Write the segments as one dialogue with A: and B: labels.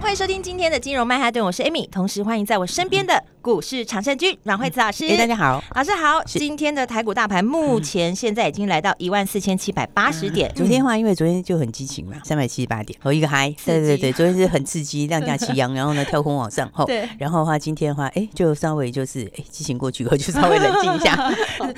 A: 欢迎收听今天的金融曼哈顿，我是 Amy，同时欢迎在我身边的股市常胜军阮惠慈老师。
B: 哎、大家好。
A: 老师好，今天的台股大盘目前现在已经来到一万四千七百八十点，
B: 昨天的话，因为昨天就很激情嘛，三百七十八点，和一个嗨，对对对，昨天是很 刺激，量价齐扬，然后呢跳空往上，后
A: 对，
B: 然后的话，今天的话，哎，就稍微就是哎激情过去以后，就稍微冷静 一下，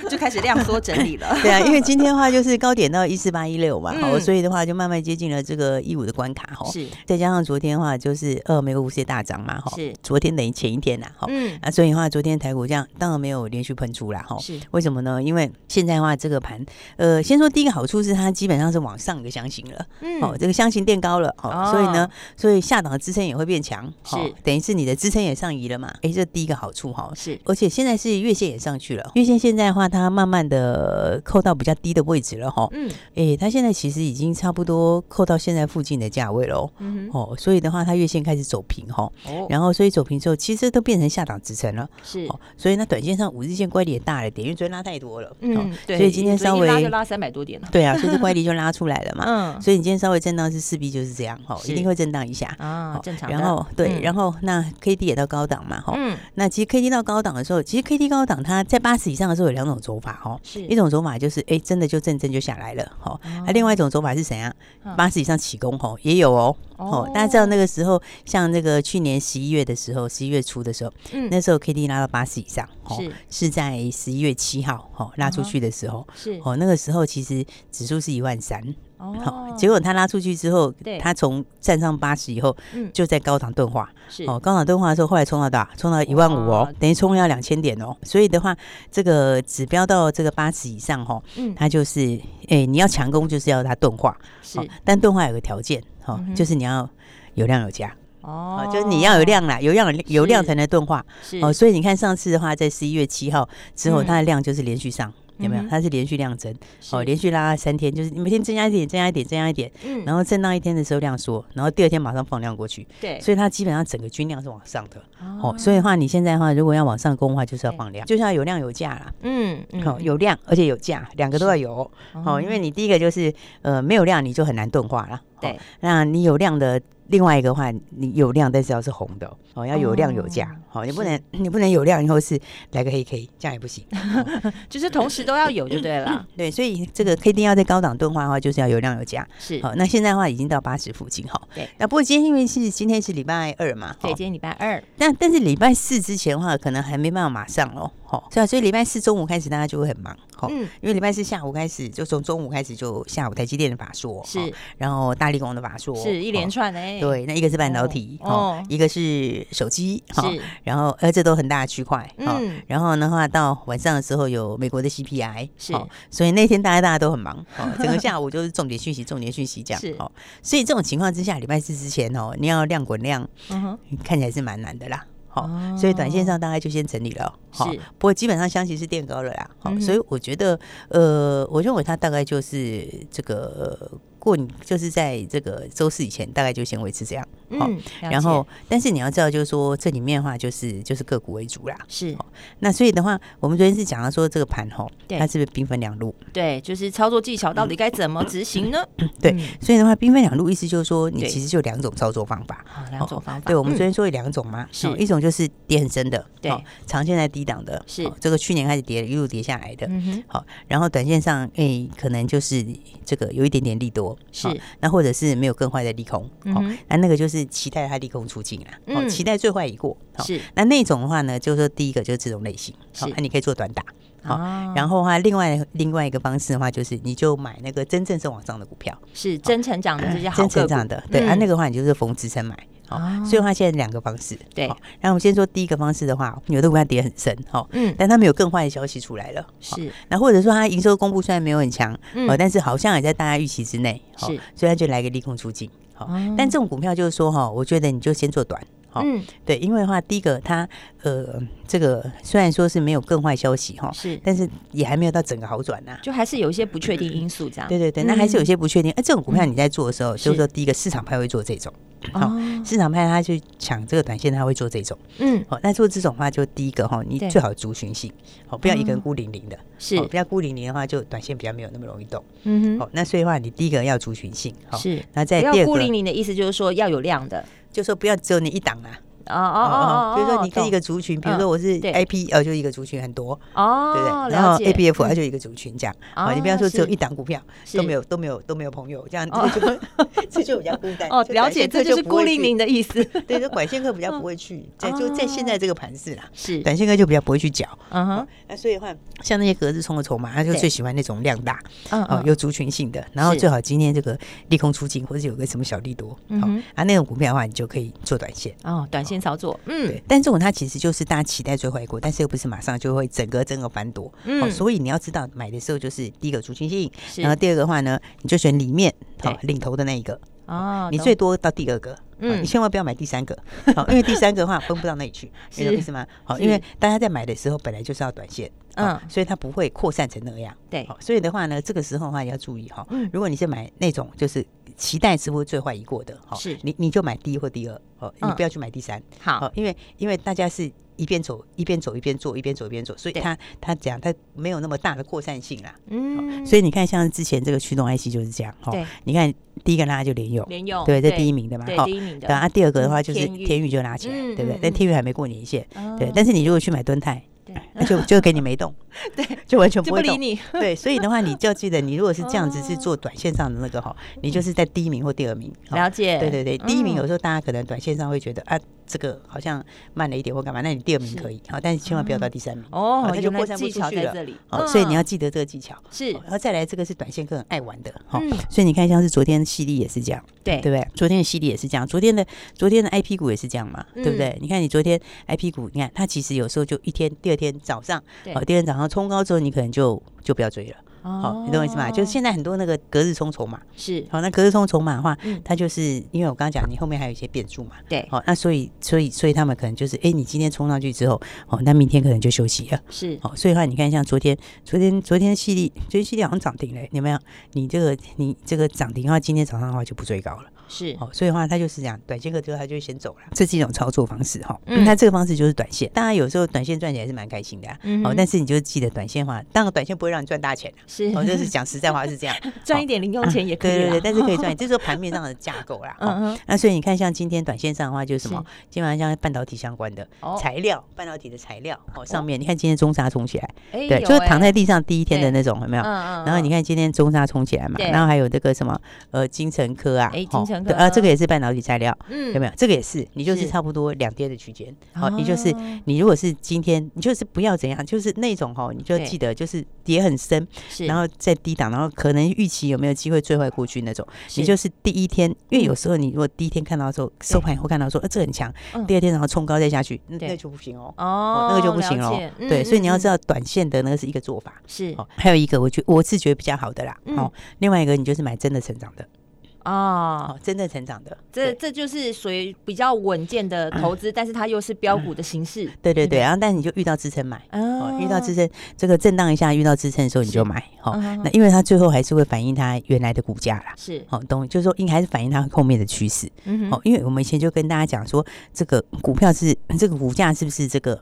A: 就开始量缩整理了。
B: 对啊，因为今天的话就是高点到一四八一六嘛，好、
A: 嗯
B: 所以的话就慢慢接近了这个一五的关卡哈。
A: 是，
B: 再加上昨天的话就是呃美国股市也大涨嘛哈，
A: 是
B: 昨天等于前一天呐哈。
A: 嗯，
B: 啊，所以的话，昨天台股这样当然没有连续喷出啦，哈。
A: 是
B: 为什么呢？因为现在的话，这个盘，呃，先说第一个好处是它基本上是往上的箱型了，
A: 嗯
B: 哦，这个箱型垫高了，哦，所以
A: 哦
B: 呢，所以下档的支撑也会变强，
A: 是
B: 哦等于是你的支撑也上移了嘛，哎，这第一个好处哈，
A: 是
B: 而且现在是月线也上去了，月线现在的话，它慢慢的扣到比较低的位置了哈。
A: 嗯
B: 诶，它现在其实已经差不多扣到现在附近的价位了哦
A: 嗯哼，
B: 哦，所以的话，它月线开始走平哈，
A: 哦，
B: 然后所以走平之后，其实都变成下档支撑了。
A: 是
B: 哦，所以那短线上五日线乖离也大了一点，因为昨天拉太多了，
A: 嗯
B: 哦，
A: 对，
B: 所以今天
A: 昨
B: 稍
A: 一拉就
B: 微
A: 拉三百多点了，
B: 对啊，所以这乖离就拉出来 了嘛。
A: 嗯
B: 所以你今天稍微震荡是势必就是这样哈，哦
A: 是
B: 一定会震荡一下。
A: 啊
B: 哦，
A: 正常的。
B: 然后哦对，
A: 嗯
B: 然后那 K D 也到高档嘛，哈、
A: 嗯
B: 那其实 K D 到高档的时候，其实 K D 高档它在八十以上的时候有两种走法哦，
A: 是
B: 一种走法就是哎真的就正正就下来了哦，啊另外一种走法是怎样
A: 嗯？
B: 八十以上起攻哦也有哦
A: 哦
B: 哦，大家知道那个时候像那个去年十一月的时候，十一月初的时候，
A: 嗯
B: 那时候 K D 拉到八十以上哦
A: 是，嗯
B: 是在十一月七号哦拉出去的时候。
A: 是
B: 哦，那个时候其实指数是一万三，好、
A: 哦
B: 结果它拉出去之后
A: 对，
B: 它从站上八十以后
A: 嗯，
B: 就在高档钝化，
A: 是
B: 哦，高档钝化的时候，后来冲到多少？冲到一万五
A: 哇
B: 哦，等于冲了两千点哦。所以的话，这个指标到这个八十以上哦，
A: 嗯
B: 它就是，诶，你要强攻就是要它钝化，
A: 是
B: 哦但钝化有个条件，哦，
A: 嗯哼
B: 就是你要有量有价，
A: 哦
B: 哦，就是你要有量啦，有量有有量
A: 是
B: 才能钝化，
A: 是
B: 哦，所以你看上次的话，在十一月七号之后，
A: 嗯
B: 它的量就是连续上。有没有
A: 嗯哼？
B: 它是连续量增，哦，
A: 是
B: 连续拉三天，就是每天增加一点，增加一点，增加一点，
A: 嗯
B: 然后震荡一天的时候量缩，然后第二天马上放量过去，
A: 对
B: 所以它基本上整个均量是往上的。哦，所以的话，你现在的话，如果要往上攻的话，就是要
A: 对
B: 放量，就是要有量有价啦。
A: 嗯嗯
B: 好、有量而且有价，两个都要有。哦，因为你第一个就是呃没有量，你就很难钝化啦。哦
A: 对，
B: 那你有量的另外一个话，你有量，但是要是红的哦哦，要有量有价。哦，你不能你不能有量以后是来个黑 K，这样也不 行。
A: 哦就是同时都要有就对了，
B: 对，所以这个 K D 要在高档钝化的话，就是要有量有价。
A: 是
B: 好、那现在的话已经到八十附近哈。
A: 对
B: 那不过今天因为是今天是礼拜二嘛，
A: 对，
B: 哦
A: 今天礼拜二，
B: 但但是礼拜四之前的话，可能还没办法马上哦，吼、是啊，所以礼拜四中午开始大家就会很忙，吼、
A: 嗯
B: 因为礼拜四下午开始，就从中午开始就下午台积电的法说，哦
A: 是
B: 吼然后大力光的法说，
A: 是一连
B: 吼、
A: 串哎，
B: 对，那一个是半导体，
A: 哦
B: 哦，
A: 哦
B: 一个是手机，吼
A: 是
B: 然后呃，这都很大的区块，哦
A: 嗯
B: 然后的话，到晚上的时候有美国的 CPI，
A: 是
B: 哦所以那天大家大家都很忙，哦，整个下午就是重点讯息，重点讯息这样
A: 是，
B: 哦，所以这种情况之下，礼拜四之前哦，你要量滚量，
A: 嗯哼
B: 看起来是蛮难的啦。好、
A: 哦
B: 所以短线上大概就先整理了。好
A: 是
B: 不过基本上箱型是垫高了啦。好、
A: 嗯哼
B: 所以我觉得，呃，我认为它大概就是这个呃过，就是在这个周四以前，大概就先维持这样。好
A: 嗯，了
B: 然
A: 解
B: 后，但是你要知道，就是说这里面的话，就是就是个股为主啦。
A: 是
B: 那所以的话，我们昨天是讲到说这个盘吼，
A: 对
B: 它是不是兵分两路？
A: 对，就是操作技巧到底该怎么执行呢？
B: 对
A: 嗯
B: 所以的话，兵分两路意思就是说，你
A: 对
B: 其实就两种操作方法。
A: 好，两种方法，
B: 哦对，我们
A: 嗯
B: 昨天说有两种嘛，
A: 是
B: 哦一种就是跌很深的，
A: 对
B: 哦长线在低档的，
A: 是
B: 哦这个去年开始跌，一路跌下来的。
A: 嗯哼，
B: 好，然后短线上，哎，可能就是这个有一点点利多，
A: 是
B: 哦那或者是没有更坏的利空，哦
A: 嗯哼
B: 那那个就是期待它利空出尽啦，哦
A: 嗯，
B: 期待最坏已过，好
A: 是
B: 那那种的话呢，就是说第一个就是这种类型，好，
A: 是
B: 那你可以做短打，好
A: 啊
B: 然后的话，另外另外一个方式的话，就是你就买那个真正是往上的股票，
A: 是真成长的这些好
B: 嗯真
A: 个
B: 成
A: 股，
B: 长的，对、啊，
A: 嗯
B: 那个话你就是逢支撑买。好、
A: 哦
B: 所以的话现在两个方式，
A: 对
B: 好那我们先说第一个方式的话，有的股票跌很深，哦，
A: 嗯，
B: 但它没有更坏的消息出来了，好
A: 是
B: 那或者说它营收公布虽然没有很强，
A: 嗯
B: 哦，但是好像也在大家预期之内，
A: 是
B: 哦，所以它就来个利空出尽，好、
A: 哦
B: 但这种股票就是说哈、哦，我觉得你就先做短。哈、
A: 嗯，
B: 对，因为的话，第一个它呃，这个虽然说是没有更坏消息哈，
A: 是，
B: 但是也还没有到整个好转呐、啊
A: 就还是有一些不确定因素这样。
B: 对对对，那还是有些不确定。哎、这种股
A: 嗯
B: 票你在做的时候，就是是说第一个市场派会做这种，好
A: 哦，
B: 市场派他去抢这个短线，他会做这种。
A: 嗯，
B: 哦，那做这种的话，就第一个哈，你
A: 对
B: 最好有族群性，哦，不要一个人
A: 嗯
B: 孤零零的，
A: 是
B: 哦，，不要孤零零的话，就短线比较没有那么容易动。
A: 嗯
B: 哦，那所以的话，你第一个要有族群性，
A: 哼，
B: 好，
A: 是。
B: 那
A: 不
B: 再第
A: 要
B: 二
A: 孤零
B: 个
A: 零的意思就是说要有量的
B: 就说不要只有你一档啦，
A: 哦哦哦哦，
B: 比如说你跟
A: 懂嗯
B: 一个族群，比如说我是
A: 对
B: IP，呃，就一个族群很多，对不
A: 哦，
B: 对？然
A: 了
B: 后
A: 解哦
B: ABF 它就一个族群这样，啊，你不要说只有一档股票
A: 是
B: 都没有都没有都没有朋友，这样这个 就 这就比较孤单。
A: 哦，
B: 就
A: 了
B: 短
A: 解，
B: 线
A: 这
B: 客
A: 就是
B: 不
A: 孤
B: 会
A: 零
B: 去
A: 零的意思，
B: 对，这短线客比较不会去，在就在现在这个盘势 啦，
A: 是，
B: 短线客就比较不会去搅。
A: 嗯哼，
B: 那所以的话，像那些格子冲的筹码，他就
A: 对
B: 最喜欢那种量大
A: 嗯
B: 哦，
A: 嗯，
B: 有族群性的，然后
A: 是
B: 最好今天这个利空出尽，或者有个什么小利多，
A: 嗯
B: 好
A: 哼
B: 啊，那种股票的话，你就可以做短线。
A: 哦，短线操作，嗯
B: 对，但这种它其实就是大家期待最坏股，但是又不是马上就会整个整个翻多，哦，
A: 嗯，
B: 所以你要知道买的时候就是第一个族群性，
A: 是
B: 然后第二个的话呢，你就选里面
A: 对
B: 好领头的那一个，
A: 哦，
B: 你
A: 懂
B: 最多到第二个，嗯，
A: 嗯
B: 你千万不要买第三个， 好，因为第三个的话分不到那里去，你 懂
A: 是
B: 意思吗？好，
A: 是
B: 因为大家在买的时候本来就是要短线，
A: 嗯
B: 嗯，所以它不会扩散成那样，
A: 对
B: 好，所以的话呢，这个时候的话也要注意哈
A: 嗯，
B: 如果你是买那种就是期待似乎最坏一过的，好
A: 是
B: 你你就买第一或第二，哦，你
A: 嗯啊
B: 不要去买第三，
A: 好
B: 好，，因为因为大家是。一边走一边走一边做一边走一边做，所以
A: 对
B: 它它讲它没有那么大的扩散性啦。
A: 嗯，
B: 所以你看，像之前这个驱动 IC 就是这样哈
A: 对。
B: 你看第一个拉就联用，
A: 联用
B: 对，这第一名的嘛，
A: 哦对
B: 哈
A: 第一名的
B: 对啊，第二个的话
A: 嗯
B: 就是
A: 天域
B: 天宇就拉起来，
A: 嗯
B: 对
A: 嗯
B: 不对？但
A: 嗯
B: 天宇还没过年限，对
A: 哦。
B: 但是你如果去买敦泰，
A: 对
B: 那就就给你没动，对， 就完全
A: 就不
B: 不会
A: 理
B: 动。
A: 你，
B: 对，所以 的话，你就要记得，你如果是这样子是
A: 哦
B: 做短线上的那个哈，你就是在第一名或第二名。哈
A: 嗯了解，
B: 对对对，第一名有
A: 嗯
B: 时候大家可能短线上会觉得啊，这个好像慢了一点或干嘛，那你第二名
A: 是
B: 可以，好，但是千万不要到第三名。
A: 哦，
B: 它
A: 原
B: 就
A: 来
B: 扩散不
A: 技
B: 出
A: 巧
B: 去
A: 在
B: 了
A: 这里，
B: 好，所以你要
A: 嗯
B: 记得这个技巧。
A: 是
B: 好然后再来，这个是短线客很爱玩的哈
A: 嗯，
B: 所以你看，像是昨天的犀利也是这样，
A: 对
B: 对不对？昨天的犀利也是这样，昨天的昨天的 I P 股也是这样嘛，
A: 嗯
B: 对不对？你看你昨天 I P 股，你看它其实有时候就一天，第二天早上，哦
A: 对
B: 第二天早上冲高之后，你可能就就不要追了，好、
A: 哦
B: 你懂我意思吗？就是现在很多那个隔日冲筹码，
A: 是
B: 好、那隔日冲筹码的话，
A: 嗯
B: 它就是因为我刚刚讲，你后面还有一些变数嘛，
A: 对
B: 好、那所以所以所以他们可能就是，哎，你今天冲上去之后，哦，那明天可能就休息了。
A: 是
B: 哦，所以的话，你看像昨天，昨天，昨天系列，昨天系列好像涨停嘞，有没有？你这个，你这个涨停的话，今天早上的话就不追高了。
A: 是
B: 哦，所以的话，它就是这样，短线客之后它就会先走了，这是一种操作方式哈。
A: 嗯
B: 嗯，那这个方式就是短线，当然有时候短线赚钱还是蛮开心的、啊。
A: 嗯
B: 哦
A: 哼，
B: 但是你就记得短线的话，当然短线不会让你赚大钱、啊。
A: 是，
B: 哦，这是讲实在话是这样
A: 赚一点零用钱 也
B: 哦。
A: 可
B: 对
A: 以
B: 对
A: 啦
B: 对，，但是可以赚，这就是盘面上的架构啦。哦
A: 嗯嗯，
B: 那所以你看，像今天短线上的话，就是什么
A: 是？
B: 基本上像半导体相关的
A: 哦
B: 材料，半导体的材料哦，上面你看今天中沙冲起来，
A: 哎
B: 对，
A: 有
B: 就是
A: 哎
B: 躺在地上第一天的
A: 对
B: 那种，有没有？
A: 嗯嗯，
B: 然后你
A: 看
B: 看今天中沙冲起来嘛，
A: 对
B: 然后还有这个什么呃金城科啊，
A: 哎
B: 吼
A: 金城
B: 对
A: 科
B: 啊，这个也是半导体材料，
A: 嗯
B: 有没有？这个也是，你就是
A: 是
B: 差不多两天的区间，好，
A: 哦
B: 你就是你如果是今天，你就是不要怎样，就是那种哈，你就
A: 对
B: 记得就是跌很深，
A: 是，
B: 然后再低档，然后可能预期有没有机会最坏过去那种，你就是第一天，因为有时候你如果第一天看到的时候收盘以后看到说，呃，这很强
A: 嗯，
B: 第二天然后冲高再下去，那
A: 对
B: 那就不行哦。
A: 哦
B: 哦，那个就不行了
A: 解嗯
B: 对，所以你要
A: 嗯
B: 知道，短线的那个是一个做法。
A: 嗯是
B: 哦，还有一个，我觉我是觉得比较好的啦。
A: 嗯
B: 哦，另外一个你就是买真的成长的，
A: 哦，
B: 哦，真的成长的，
A: 这
B: 对嗯
A: 这就是属于比较稳健的投资，但是它又是标股的形式
B: 对对对。
A: 嗯
B: 然后，但你就遇到支撑买，
A: 啊
B: 哦，遇到支撑这个震荡一下，遇到支撑的时候你
A: 是
B: 就买，哦，
A: 嗯
B: 那因为它最后还是会反映它原来的股价啦。
A: 是
B: 哦，懂，就是说应该还是反映它后面的趋势。
A: 嗯
B: 哦
A: 哼，
B: 因为我们以前就跟大家讲说，这个股票是这个股价是不是这个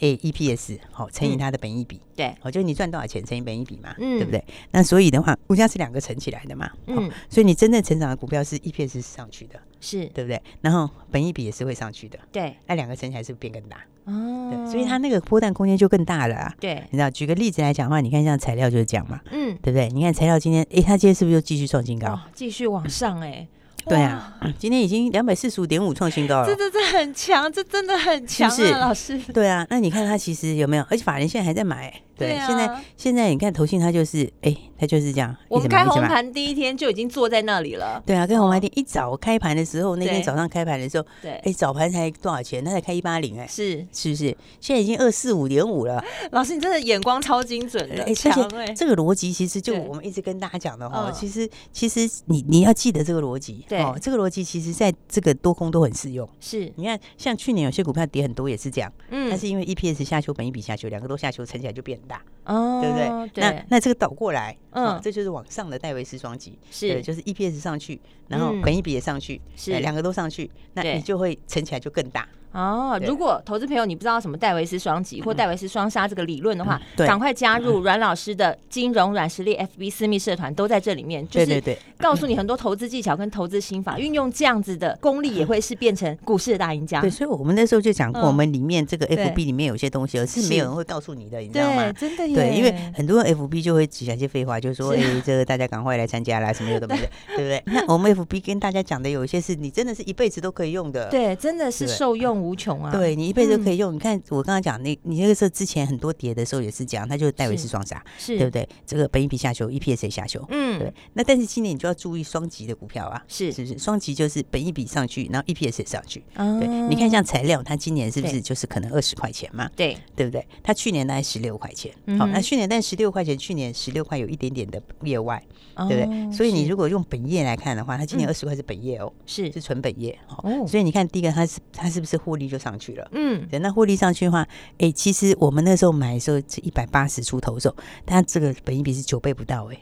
B: 诶 EPS 好、乘以
A: 嗯
B: 它的本益比，
A: 对
B: 哦，就是你赚多少钱乘以本益比嘛，对
A: 嗯
B: 不对？那所以的话，股价是两个乘起来的嘛，
A: 嗯
B: 哦，所以你真正成长的股票是 EPS 是上去的，
A: 是
B: 对不对？然后本益比也是会上去的，
A: 对
B: 那两个乘起来是不是变更大？
A: 哦
B: 对，所以它那个波段空间就更大了啊。
A: 对
B: 你知道，举个例子来讲的话，你看像材料就是这样嘛，
A: 嗯
B: 对不对？你看材料今天，诶，它今天是不是又继续创新高？
A: 哇继续往上哎，
B: 啊对啊，今天已经两百四十五点五创新高
A: 哇，
B: 了
A: 这。这这很强，这真的很强
B: 是不是
A: 啊，老师
B: 对啊，那你看它其实有没有？而且法人现在还在买，
A: 对啊
B: 现在现在你看投信它就是，哎、它就是这样，
A: 我
B: 一
A: 们
B: 直买
A: 开
B: 一直
A: 红
B: 买。
A: 盘第一天就已经坐在那里了，
B: 对啊，跟红牌店一早开盘的时候，那
A: 对
B: 天早上开盘的时候，
A: 对
B: 哎、早盘才多少钱？它才开一八零，哎，
A: 是
B: 是不是？现在已经二四五点 五了，
A: 老师，你真的眼光超精准的，
B: 哎
A: 强哎、
B: 这个逻辑其实就
A: 对
B: 我们一直跟大家讲的哈
A: 嗯，
B: 其实其实你你要记得这个逻辑，
A: 对
B: 哦，这个逻辑其实在这个多空都很适用。
A: 是，
B: 你看，像去年有些股票跌很多也是这样，
A: 嗯
B: 但是因为 EPS 下修、本一比下修，两个都下修，乘起来就变很大，
A: 哦
B: 对不对？那
A: 对，
B: 那这个倒过来，
A: 嗯
B: 嗯，这就是往上的戴维斯双击，对，
A: 是
B: 就是 EPS 上去，然后
A: 嗯
B: 本一比也上去，
A: 是
B: 哎两个都上去，那
A: 对
B: 你就会乘起来就更大。
A: 哦。
B: 对嗯
A: 如果投资朋友你不知道什么戴维斯双击或戴维斯双杀这个理论的话，
B: 对嗯
A: 赶快加入阮老师的金融软实力 FB 私密社团，都在这里面，就
B: 对对
A: 是
B: 对，
A: 告诉你很多投资技巧跟投资心法，运用这样子的功力，也会是变成股市的大赢家
B: 对，。所以我们那时候就讲过，
A: 啊嗯
B: 我们里面这个
A: 对
B: FB 里面有些东西哦是没有人会告诉你的，你知道吗
A: 对，？真的耶，
B: 对，因为很多 FB 就会讲一些废话，就说哎、
A: 是
B: 诶这个大家赶快来参加啦，什么有的没的，对不 对？那我们 FB 跟大家讲的有一些是你真的是一辈子都可以用的，
A: 对，真的是
B: 对
A: 受用无穷啊。
B: 对，，你一辈子都可以用。你
A: 嗯
B: 看我刚刚讲，你你那个时候之前很多跌的时候也是这样，它就是戴维
A: 是
B: 斯双杀，
A: 是，
B: 对不？对？这个本一比下修，EPS 也下修，对
A: 嗯，。
B: 那但是今年你就要注意双极的股票啊，
A: 是
B: 是不是？双极就是本一比上去，然后 EPS 也上去。
A: 对
B: 对，你看像材料，它今年是
A: 嗯
B: 不
A: 对
B: 是就是可能二十块钱嘛？
A: 对，
B: 对不对？它去年大概十六块钱，好、
A: 嗯哼
B: 那去年但十六块钱，去年十六块有一点点的业外，对不对？
A: 哦
B: 所以你
A: 是
B: 如果用本业来看的话，它今
A: 嗯
B: 年二十块是本业哦，
A: 是
B: 是纯本业哦。
A: 哦
B: 所以你看，第一个它是它是不是获利就上去了？
A: 嗯
B: 对，那获利上去的话，哎，其实我们那时候买的时候是一百八十出头的时候，它这个本益比是九倍不到哎、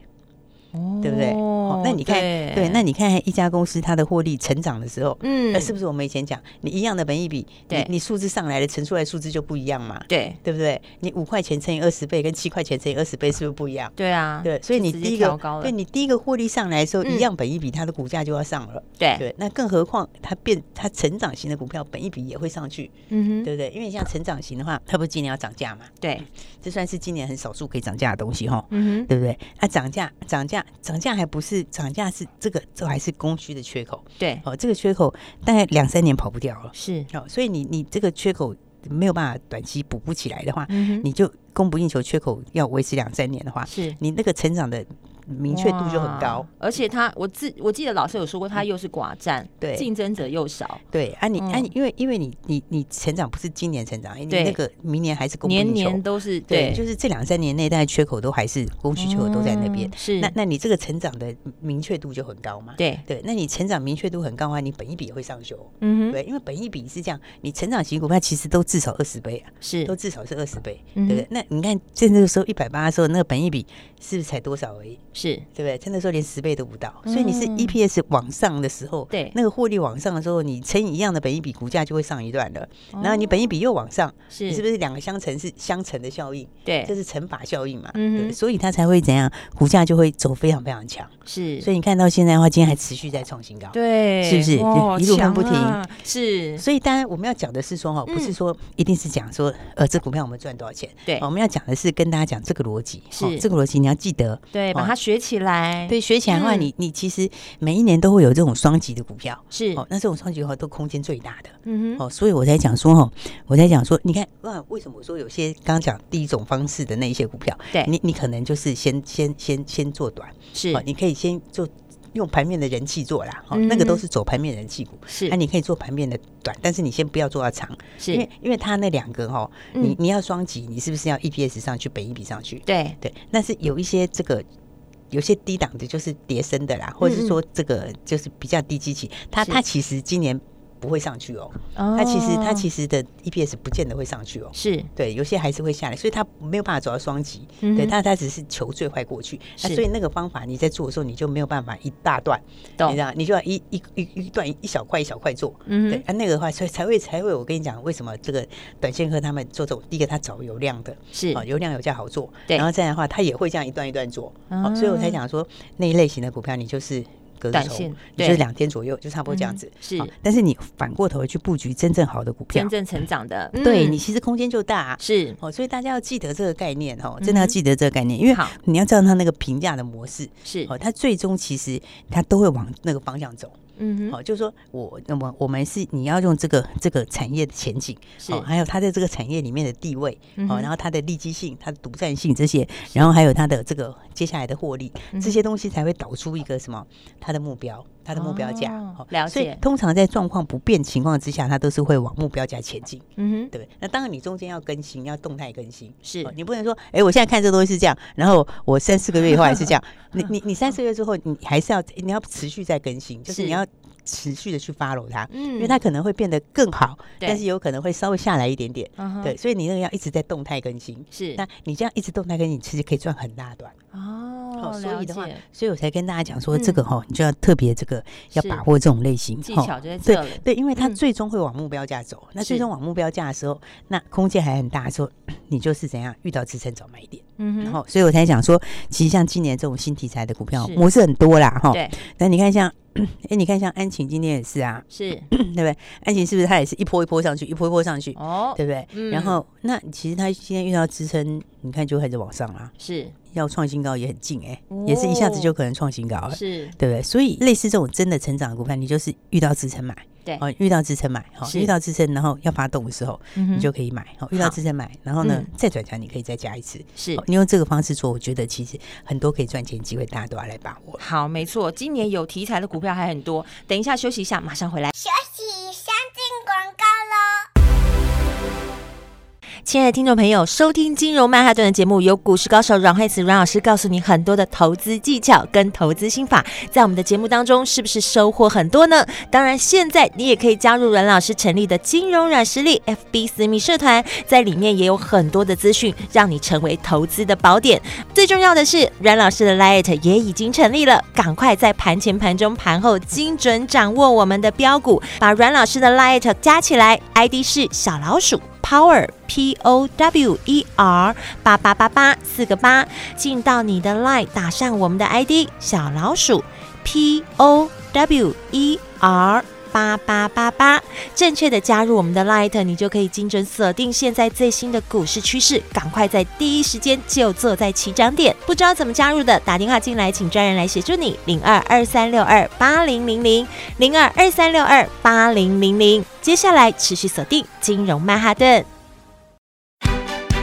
B: 对不对？哦
A: 哦，
B: 那你看，
A: 对
B: 对，那你看一家公司它的获利成长的时候，
A: 嗯
B: 那、是不是我们以前讲，你一样的本益比，
A: 对
B: 你你数字上来的乘出来数字就不一样嘛？
A: 对
B: 对不对？你五块钱乘以二十倍，跟七块钱乘以二十倍是不是不一样？
A: 对啊，
B: 对，所以
A: 就
B: 你
A: 直接
B: 第一个
A: 调高，了
B: 对你第一个获利上来的时候，
A: 嗯哎
B: 一样本一比，它的股价就要上了。
A: 对，
B: 对，那更何况它变它成长型的股票，本一比也会上去，
A: 嗯哼，
B: 对不对？因为像成长型的话，它不是今年要涨价嘛？
A: 对，
B: 这算是今年很少数可以涨价的东西哈，
A: 嗯哼，
B: 对不对？它涨价，涨价，涨价还不是涨价，是这个这还是供需的缺口
A: 对，
B: 哦，这个缺口大概两三年跑不掉了
A: 是，
B: 哦，所以你你这个缺口没有办法短期补不起来的话，
A: 嗯哼，
B: 你就供不应求缺口要维持两三年的话，
A: 是。
B: 你那个成长的明确度就很高
A: 哇。，而且他我自我记得老师有说过，他又是寡占，
B: 对
A: 竞争者又少，
B: 对啊你，啊
A: 嗯
B: 你，因为因为你你你成长不是今年成长，哎你
A: 对
B: 那个明年还是供不
A: 年
B: 应求。
A: 年都是
B: 对，
A: 对，
B: 就是这两三年内，大概缺口都还是供需缺口都在那边
A: 嗯。是，
B: 那那你这个成长的明确度就很高嘛？
A: 对，
B: 对，那你成长明确度很高的话，你本一比也会上修。
A: 嗯哼，
B: 对，因为本一比是这样，你成长型股票其实都至少二十倍啊，
A: 是
B: 都，至少是二十倍，
A: 嗯
B: 对
A: 哼
B: 不对？那你看在那个时候一百八的时候，那个本一比是不是才多少而已？
A: 是，
B: 对不对？真的时候连十倍都不到，所以你是
A: 嗯
B: EPS 往上的时候，
A: 对
B: 那个获利往上的时候，你乘以一样的本益比，股价就会上一段了。然后你
A: 哦
B: 本益比又往上，
A: 是
B: 你是不是两个相乘是相乘的效应？这
A: 对，
B: 是乘法效应嘛？
A: 嗯哼
B: 对，所以它才会怎样，股价就会走非常非常强。
A: 是，
B: 所以你看到现在的话，今天还持续在创新高。
A: 对，
B: 是不是
A: 哇
B: 一路看不停
A: 强啊是，
B: 所以当然我们要讲的是说哈，不是
A: 嗯
B: 说一定是讲说呃这股票我们赚多少钱，哦
A: 对
B: 我们要讲的是跟大家讲这个逻辑，哦
A: 是
B: 这个逻辑你要记得。
A: 对，把
B: 哦
A: 它学起来，，
B: 对，学起来的话，
A: 嗯
B: 你你其实每一年都会有这种双级的股票，
A: 是，
B: 哦，那这种双极化都空间最大的
A: 嗯哼，
B: 哦，所以我才讲说哦，我才讲说，你看，那为什么我说有些刚刚讲第一种方式的那一些股票，
A: 对
B: 你你可能就是先先先先做短，
A: 是
B: 哦，你可以先做用盘面的人气做啦，哦，
A: 嗯哼
B: 那个都是走盘面人气股，
A: 是
B: 那、啊你可以做盘面的短，但是你先不要做到长，因
A: 是
B: 为，因为它那两个哦，你
A: 嗯
B: 你要双极，你是不是要 EPS 上去，本一比上去？
A: 对，
B: 对，但是有一些这个。有些低档的，就是叠升的啦，或
A: 嗯
B: 者
A: 嗯
B: 是说这个就是比较低基期，它
A: 是
B: 它其实今年不会上去哦，
A: 它
B: 它其实它其
A: 实
B: 实的 EPS 不见得会上去哦，
A: 是，
B: 对，有些还是会下来，所以它没有办法走到双极，
A: 嗯
B: 对，
A: 哼
B: 它它只是求最坏过去，那
A: 是
B: 所以那个方法你在做的时候，你就没有办法一大段，你
A: 懂
B: 知，道，你就要一一一一段一小块一小块做，
A: 嗯
B: 对
A: 哼，
B: 啊，那个的话，所以才会才会我跟你讲为什么这个短线客他们做这种，第一个他找有量的，
A: 是
B: 哦，有量有价好做，
A: 对
B: 然后再来的话，他也会这样一段一段做，
A: 啊
B: 哦，所以我才讲说那一类型的股票，你就是隔日
A: 短
B: 筹
A: 线
B: 你
A: 对
B: 就是两天左右，就差不多这样子
A: 嗯。是
B: 哦但是你反过头去布局真正好的股票
A: 真，正成长的，
B: 啊对
A: 嗯
B: 你其实空间就大啊。
A: 是
B: 哦，所以大家要记得这个概念哦，
A: 嗯哼
B: 真的要记得这个概念，因为
A: 好
B: 你要知道它那个评价的模式
A: 是
B: 哦，它最终其实它都会往那个方向走。
A: 嗯哼
B: 哦，就是说我那么我们是你要用这个这个产业的前景，
A: 是
B: 哦，还有它在这个产业里面的地位，
A: 嗯
B: 哦，
A: 哼
B: 然后它的利基性、它的独占性这些，然后还有它的这个接下来的获利，
A: 嗯哼
B: 这些东西才会导出一个什么它的目标、它的目标价。
A: 哦了
B: 所以
A: 解
B: 通常在状况不变情况之下，它都是会往目标价前进，
A: 嗯哼
B: 对不对？那当然你中间要更新，要动态更新。
A: 是
B: 哦你不能说，哎、我现在看这东西是这样，然后 我三四个月以后还是这样。你你你三四个月之后，你还是要你要持续再更新，就是
A: 是
B: 你要持续的去 follow 它，
A: 嗯，
B: 因为它可能会变得更好，
A: 对
B: 但是有可能会稍微下来一点点。
A: 嗯哼
B: 对，所以你那个要一直在动态更新。
A: 是
B: 那你这样一直动态更新，其实可以赚很大段。
A: 哦，
B: 所
A: 了
B: 以的话
A: 解，
B: 所以我才跟大家讲说，
A: 嗯
B: 这个哈，你就要特别这个要
A: 是
B: 把握这种类型
A: 技
B: 吼
A: 巧就在这
B: 对
A: 里，
B: 对，因为它
A: 嗯
B: 最终会往目标价走。那最
A: 是
B: 终往目标价的时候，那空间还很大的时候，你就是怎样遇到支撑找买点。
A: 嗯
B: 然
A: 哼，
B: 后，所以我才讲说，其实像今年这种新题材的股票
A: 是
B: 模式很多啦，哈。
A: 对，
B: 那你看像， 哎，你看像安晴今天也是啊，
A: 是
B: 对不对？安晴是不是它也是一波一波上去，一波一波上去，
A: 哦，
B: 对不对？
A: 嗯
B: 然后，那其实它今天遇到支撑，你看就开始往上啦，
A: 是
B: 要创新高也很近哎、也是一下子就可能创新高了。
A: 哦是
B: 对不对？所以类似这种真的成长的股票，你就是遇到支撑买，
A: 对
B: 哦，遇到支撑买，好、
A: 是嗯
B: 遇到支撑，然后要发动的时候，
A: 你
B: 你就可以买，哦好、遇到支撑买，然后呢、再转强，你可以再加一次、
A: 嗯是
B: 好你用这个方式做，我觉得其实很多可以赚钱的机会，大家都要来把握。
A: 好，没错，今年有题材的股票还很多。等一下休息一下，马上回来。休息，先进广告喽。亲爱的听众朋友，收听《金融曼哈顿》的节目，由股市高手阮慧慈阮老师告诉你很多的投资技巧跟投资心法，在我们的节目当中是不是收获很多呢？当然，现在你也可以加入阮老师成立的金融软实力 FB 私密社团，在里面也有很多的资讯，让你成为投资的宝典。最重要的是，阮老师的 Lite 也已经成立了，赶快在盘前、盘中、盘后精准掌握我们的标股，把阮老师的 Lite 加起来，ID 是小老鼠 Power P O W E R 八八八八四个八，进到你的 Lite 打上我们的 ID 小老鼠 P O W E R。八八八八，正确的加入我们的 Light，你就可以精准锁定现在最新的股市趋势，赶快在第一时间就坐在起涨点。不知道怎么加入的，打电话进来，请专人来协助你，零二二三六二八零零零，零二二三六二八零零零。接下来持续锁定金融曼哈顿。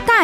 C: 大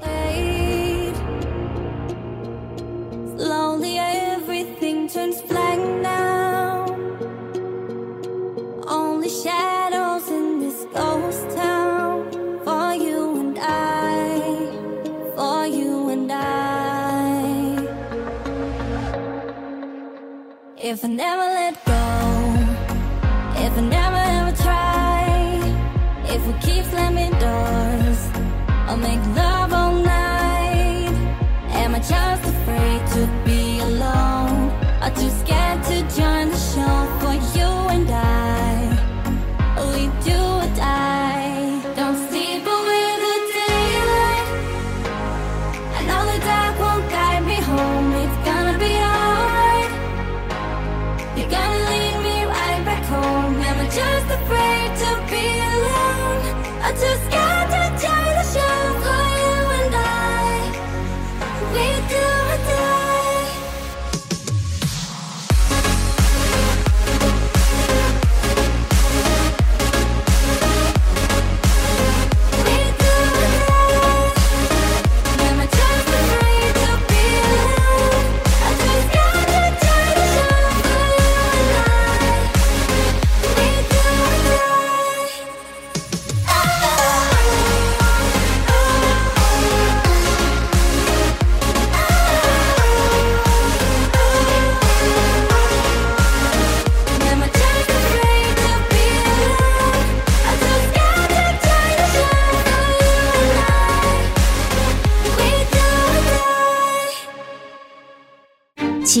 D: Wait. Slowly everything turns black now. Only shadows in this ghost town. For you and I. For you and I. If I never let go. If I never ever try. If we keep slamming doors. I'll make love all night. Am I just afraid to be alone? Or too scared to join the show for you and I? We do or die. Don't sleep away the daylight. I know the dark won't guide me home. It's gonna be alright. You're gonna lead me right back home. Am I just afraid to be alone? I'm too scared to join the show for you and I. We do or die. We do or die. Am I just afraid to be alone? I'm too scared to join the show for you and I. We do or die. Yeah.
C: 奇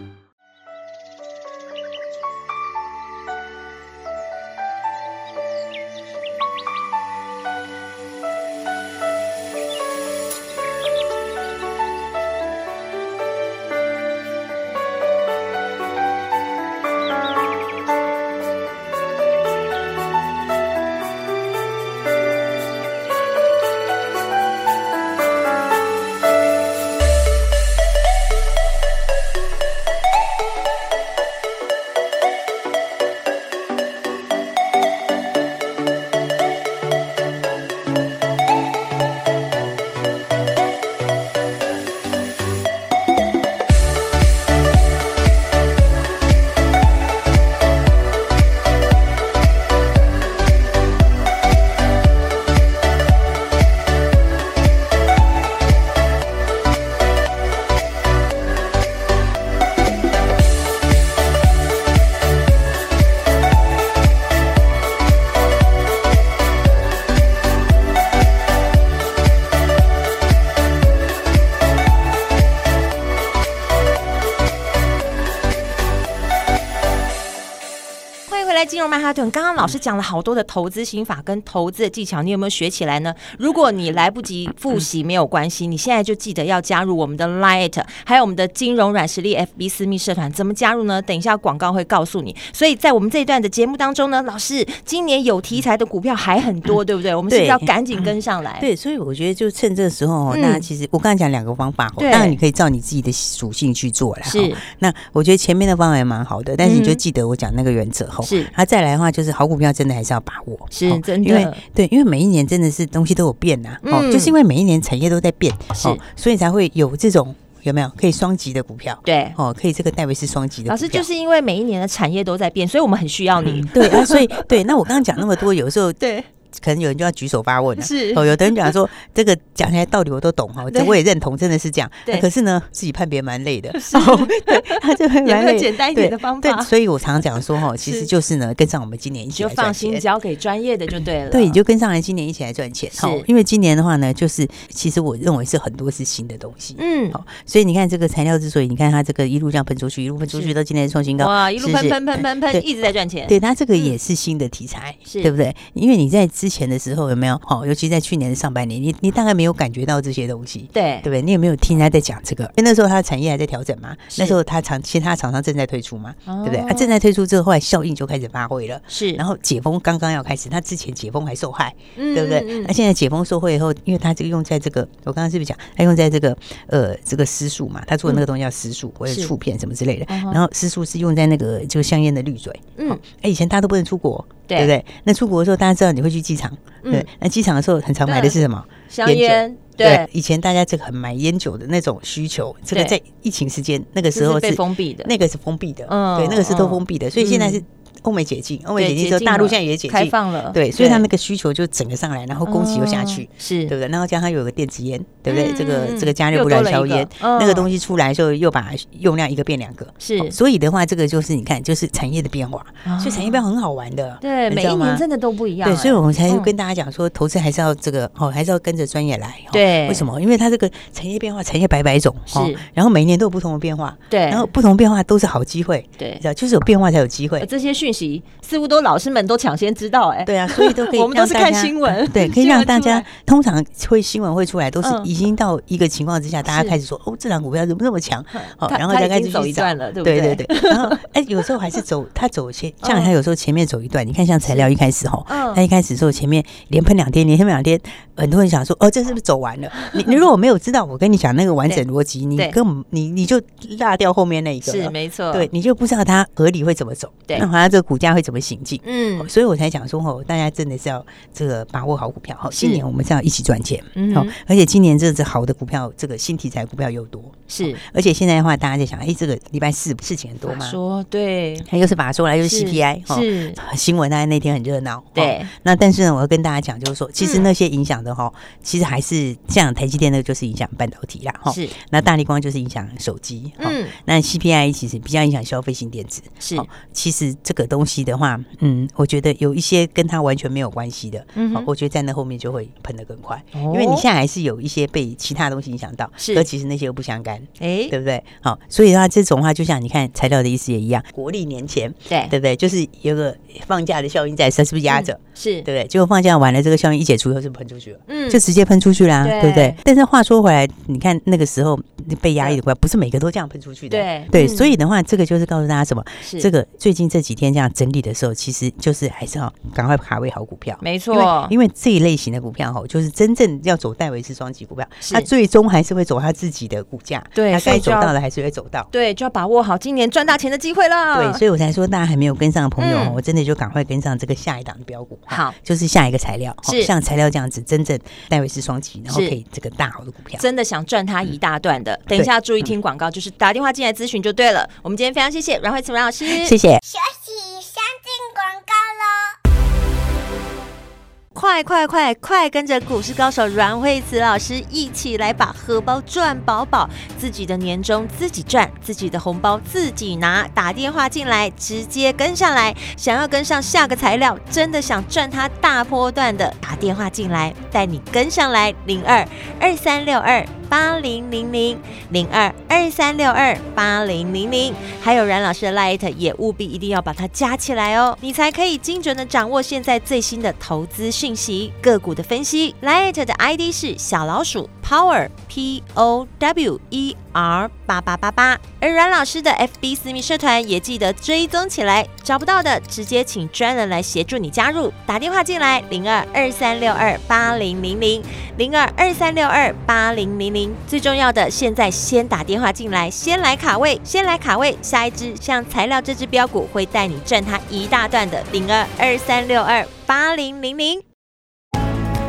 A: 欢迎回来，金融曼哈顿。刚刚老师讲了好多的投资心法跟投资的技巧，你有没有学起来呢？如果你来不及复习，没有关系，你现在就记得要加入我们的 Light，还有我们的金融软实力 FB 私密社团。怎么加入呢？等一下广告会告诉你。所以在我们这一段的节目当中呢，老师今年有题材的股票还很多，对不嗯对？我们嗯是不是
B: 对
A: 要赶紧跟上来？
B: 对，所以我觉得就趁这时候哦，
A: 嗯
B: 那其实我刚才讲两个方法哦，
A: 对
B: 当然你可以照你自己的属性去做啦。
A: 是
B: 哦。那我觉得前面的方法也蛮好的，但是你就
A: 嗯
B: 记得我讲那个原则吼。
A: 是
B: 那再来的话，就是好股票真的还是要把握，
A: 是
B: 哦
A: 真的
B: 因为对，因为每一年真的是东西都有变呐，哦
A: 嗯，
B: 就是因为每一年产业都在变，
A: 是
B: 哦，所以才会有这种有没有可以双级的股票？
A: 对
B: 哦，可以这个代为是双级的股票。哦
A: 老师就是因为每一年的产业都在变，所以我们很需要你。
B: 对啊，所以对，那我刚刚讲那么多，有时候
A: 对，
B: 可能有人就要举手发问了、
A: 是
B: 哦，有的人讲说这个讲起来道理我都懂哈，
A: 对
B: 这我也认同，真的是这样。啊
A: 对
B: 可是呢，自己判别蛮累的。哦，对，他就会
A: 有
B: 蛮
A: 没有
B: 累的。
A: 简单一点的方
B: 对，
A: 法？
B: 所以我常常讲说哈，其
A: 是
B: 实就是呢，跟上我们今年一
A: 你
B: 起
A: 就
B: 来
A: 放
B: 赚
A: 心
B: 钱。
A: 交给专业的就对了。
B: 对，你就跟上来，今年一起来赚钱
A: 是
B: 哈。哦因为今年的话呢，就是其实我认为是很多是新的东西。
A: 嗯，
B: 好，所以你看这个材料之所以你看它这个一路这样喷出去，一路喷出
A: 是
B: 去到今天的创新高，
A: 哇，一路
B: 是不
A: 喷
B: 是
A: 喷喷喷
B: 对
A: 喷，一直在赚钱。
B: 对，它这个也是新的题材，
A: 嗯是
B: 对不对？因为你在之前的时候有没有？哦，尤其在去年的上半年，你你大概没有感觉到这些东西。
A: 对
B: 对不对？你有没有听他在讲这个？因为那时候它的产业还在调整嘛，
A: 是
B: 那时候它厂其他厂商正在推出嘛，
A: 哦
B: 对不对？它正在推出之后，后来效应就开始发挥了。
A: 是，
B: 然后解封刚刚要开始，它之前解封还受害，
A: 嗯
B: 对不对？那、现在解封受惠以后，因为它这个用在这个，我刚刚是不是讲它用在这个呃这个私树嘛？它做的那个东西叫私树、或者
A: 嗯是
B: 醋片什么之类的。
A: 嗯哼
B: 然后私树是用在那个就香烟的滤嘴。
A: 嗯
B: 哦，哎、以前大家都不能出国，
A: 对
B: 不对？那出国的时候，大家知道你会去机场，
A: 嗯
B: 对。那机场的时候，很常买的是什么？
A: 香烟，
B: 对
A: 对，，
B: 以前大家这个很买烟酒的那种需求，这个
A: 对
B: 在疫情时间那个
A: 这
B: 时候
A: 是被
B: 是
A: 封闭的。
B: 那个是封闭的，
A: 嗯
B: 对，那个是都封闭的，所以现在是
A: 嗯
B: 欧美解禁，欧美
A: 对
B: 解禁
A: 解
B: 之后，
A: 禁
B: 大陆
A: 了
B: 现在也解
A: 开
B: 禁，
A: 放了，
B: 对，所以它那个需求就整个上来，然后供给又下去
A: 哦。是
B: 对不对？然后加上有个电子烟，对不对？
A: 嗯
B: 这
A: 嗯
B: 个
A: 嗯
B: 这个加
A: 又
B: 热不
A: 多
B: 燃
A: 了一
B: 烧
A: 个
B: 烟，
A: 嗯
B: 那个东西出来之后，又把用量一个变两个，
A: 是哦
B: 哦所以的话，这个就是你看，就是产业的变化，所以产业变化很好玩的，
A: 对，
B: 你
A: 每
B: 知道
A: 一年
B: 吗
A: 真的都不一样哎。
B: 对，所以我们才
A: 嗯
B: 跟大家讲说，投资还是要这个哦，还是要跟着专业来。哦
A: 对
B: 为什么？因为它这个产业变化，产业百百种，哦
A: 是
B: 然后每一年都有不同的变化，
A: 对
B: 然后不同变化都是好机会，
A: 对
B: 你知道，就是有变化才有机
A: 呃
B: 会。
A: 这些讯息似乎都老师们都抢先知道，哎，
B: 对啊，所以 都可以
A: 我们都是
B: 让大家
A: 看新闻
B: 对，可
A: 新
B: 以
A: 闻
B: 让大
A: 出来
B: 家通常会新闻会出来，都是
A: 嗯
B: 已经到一个情况之下，大
A: 是
B: 家开始说哦，这档股票怎么那么强？好，
A: 嗯他
B: 然后
A: 他
B: 大
A: 已
B: 概
A: 经走一段了，对不
B: 对
A: 对
B: 对对，然后哎，有时候还 是走，它走前，像
A: 嗯
B: 它有时候前面走一段，你看像材料一开始吼，
A: 嗯
B: 它一开始的时候前面连喷两天，连喷两天，很多人想说，哦，这是不是走 完了？你你如果没有知道我跟你讲那个完整逻辑，你
A: 对
B: 根本你你就落掉后面那一个
A: 是
B: 了。
A: 没错，
B: 对，你就不知道它合理会怎么走。
A: 对
B: 那好像这个股价会怎么行进。
A: 嗯
B: 哦所以我才讲说哦，大家真的是要这个把握好股票。好，今
A: 是
B: 年我们是要一起赚钱。
A: 嗯
B: 好
A: 哼，
B: 而且今年这只好的股票，这个新题材股票又多，
A: 是
B: 而且现在的话，大家在想，哎，这个礼拜四事情很多
A: 我
B: 吗？
A: 说对，
B: 哎又是法说来，又是
A: 是
B: CPI，哦
A: 是
B: 新闻啊，那天很热闹。
A: 对嗯
B: 哦那但是呢，我要跟大家讲，就是说，其实那些影响的哈，其实还是像台积电那个就是影响半导体啦，哈。
A: 是
B: 那大力光就是影响手机，哈
A: 嗯
B: 那 CPI 其实比较影响消费性电子。
A: 是
B: 好其实这个东西的话，嗯，我觉得有一些跟它完全没有关系的，
A: 嗯
B: 好
A: 哼
B: 我觉得在那后面就会喷得更快，
A: 因
B: 因为你现在还是有一些被其他东西影响到，
A: 是
B: 可其实那些又不相干，
A: 哎
B: 对不对？好，所以的话，这种话就像你看材料的意思也一样，国历年前，
A: 对
B: 对不对？就是有个放假的效应在，它是不是压着？
A: 是
B: 对不对？结果放假完了，这个效应一解除以后，是不是喷出去了。
A: 嗯
B: 就直接喷出去啦，
A: 对
B: 对不对？但是话说回来，你看那个时候被压抑的怪，不是每个都这样喷出去的，
A: 对
B: 对，
A: 嗯
B: 所以的话，这个就是告诉大家什么？
A: 是
B: 这个最近这几天这样整理的时候，其实就是还是要赶快卡位好股票，
A: 没
B: 因为
A: 错，
B: 因为这一类型的股票哈，就是真正要走戴维斯双级股票，
A: 是
B: 它最终还是会走它自己的股价，
A: 对
B: 它
A: 所以
B: 该
A: 就
B: 走
A: 要
B: 到的还是会走到。
A: 对，就要把握好今年赚大钱的机会了。
B: 对，所以我才说大家还没有跟上的朋友哦，
A: 嗯
B: 我真的就赶快跟上这个下一档的标股。
A: 好，
B: 就是下一个材料，哦
A: 是
B: 像材料这样子，真正戴维斯双级，然后
A: 是
B: 可以这个大好的股票。
A: 真的想赚他一大段
B: 嗯
A: 的，等一下注意听广告，就是打电话进来咨询就对了。我们今天非常谢谢阮慧慈阮老师，
B: 谢谢。
A: 快快快快跟着股市高手阮慧慈老师一起来把荷包赚饱饱，自己的年终自己赚，自己的红包自己拿。打电话进来，直接跟上来。想要跟上下个材料，真的想赚它大波段的，打电话进来，带你跟上来。零二二三六二八零零零零二二三六二八零零零。还有阮老师的 Light 也务必一定要把它加起来哦，你才可以精准的掌握现在最新的投资讯息、个股的分析。Light 的 ID 是小老鼠 Power P O W E R 八八八八，而阮老师的 FB 私密社团也记得追踪起来，找不到的直接请专人来协助你加入，打电话进来零二二三六二八零零零。零二二三六二八零零零。最重要的，现在先打电话进来，先来卡位，先来卡位。下一支像材料这支标股会带你赚它一大段的零二二三六二八零零零。